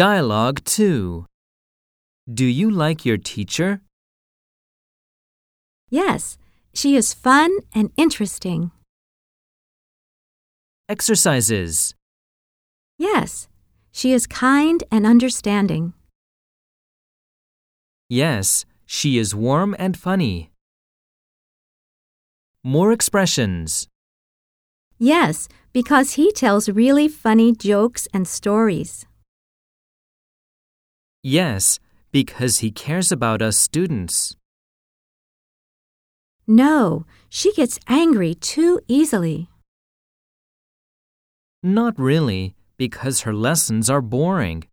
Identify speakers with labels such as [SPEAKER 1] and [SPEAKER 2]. [SPEAKER 1] Dialogue 2 Do you like your teacher?
[SPEAKER 2] Yes, she is fun and interesting.
[SPEAKER 1] Exercises.
[SPEAKER 2] Yes, she is kind and understanding.
[SPEAKER 1] Yes, she is warm and funny. More expressions.
[SPEAKER 2] Yes, because he tells really funny jokes and stories.
[SPEAKER 1] Yes, because he cares about us students.
[SPEAKER 2] No, she gets angry too easily.
[SPEAKER 1] Not really, because her lessons are boring.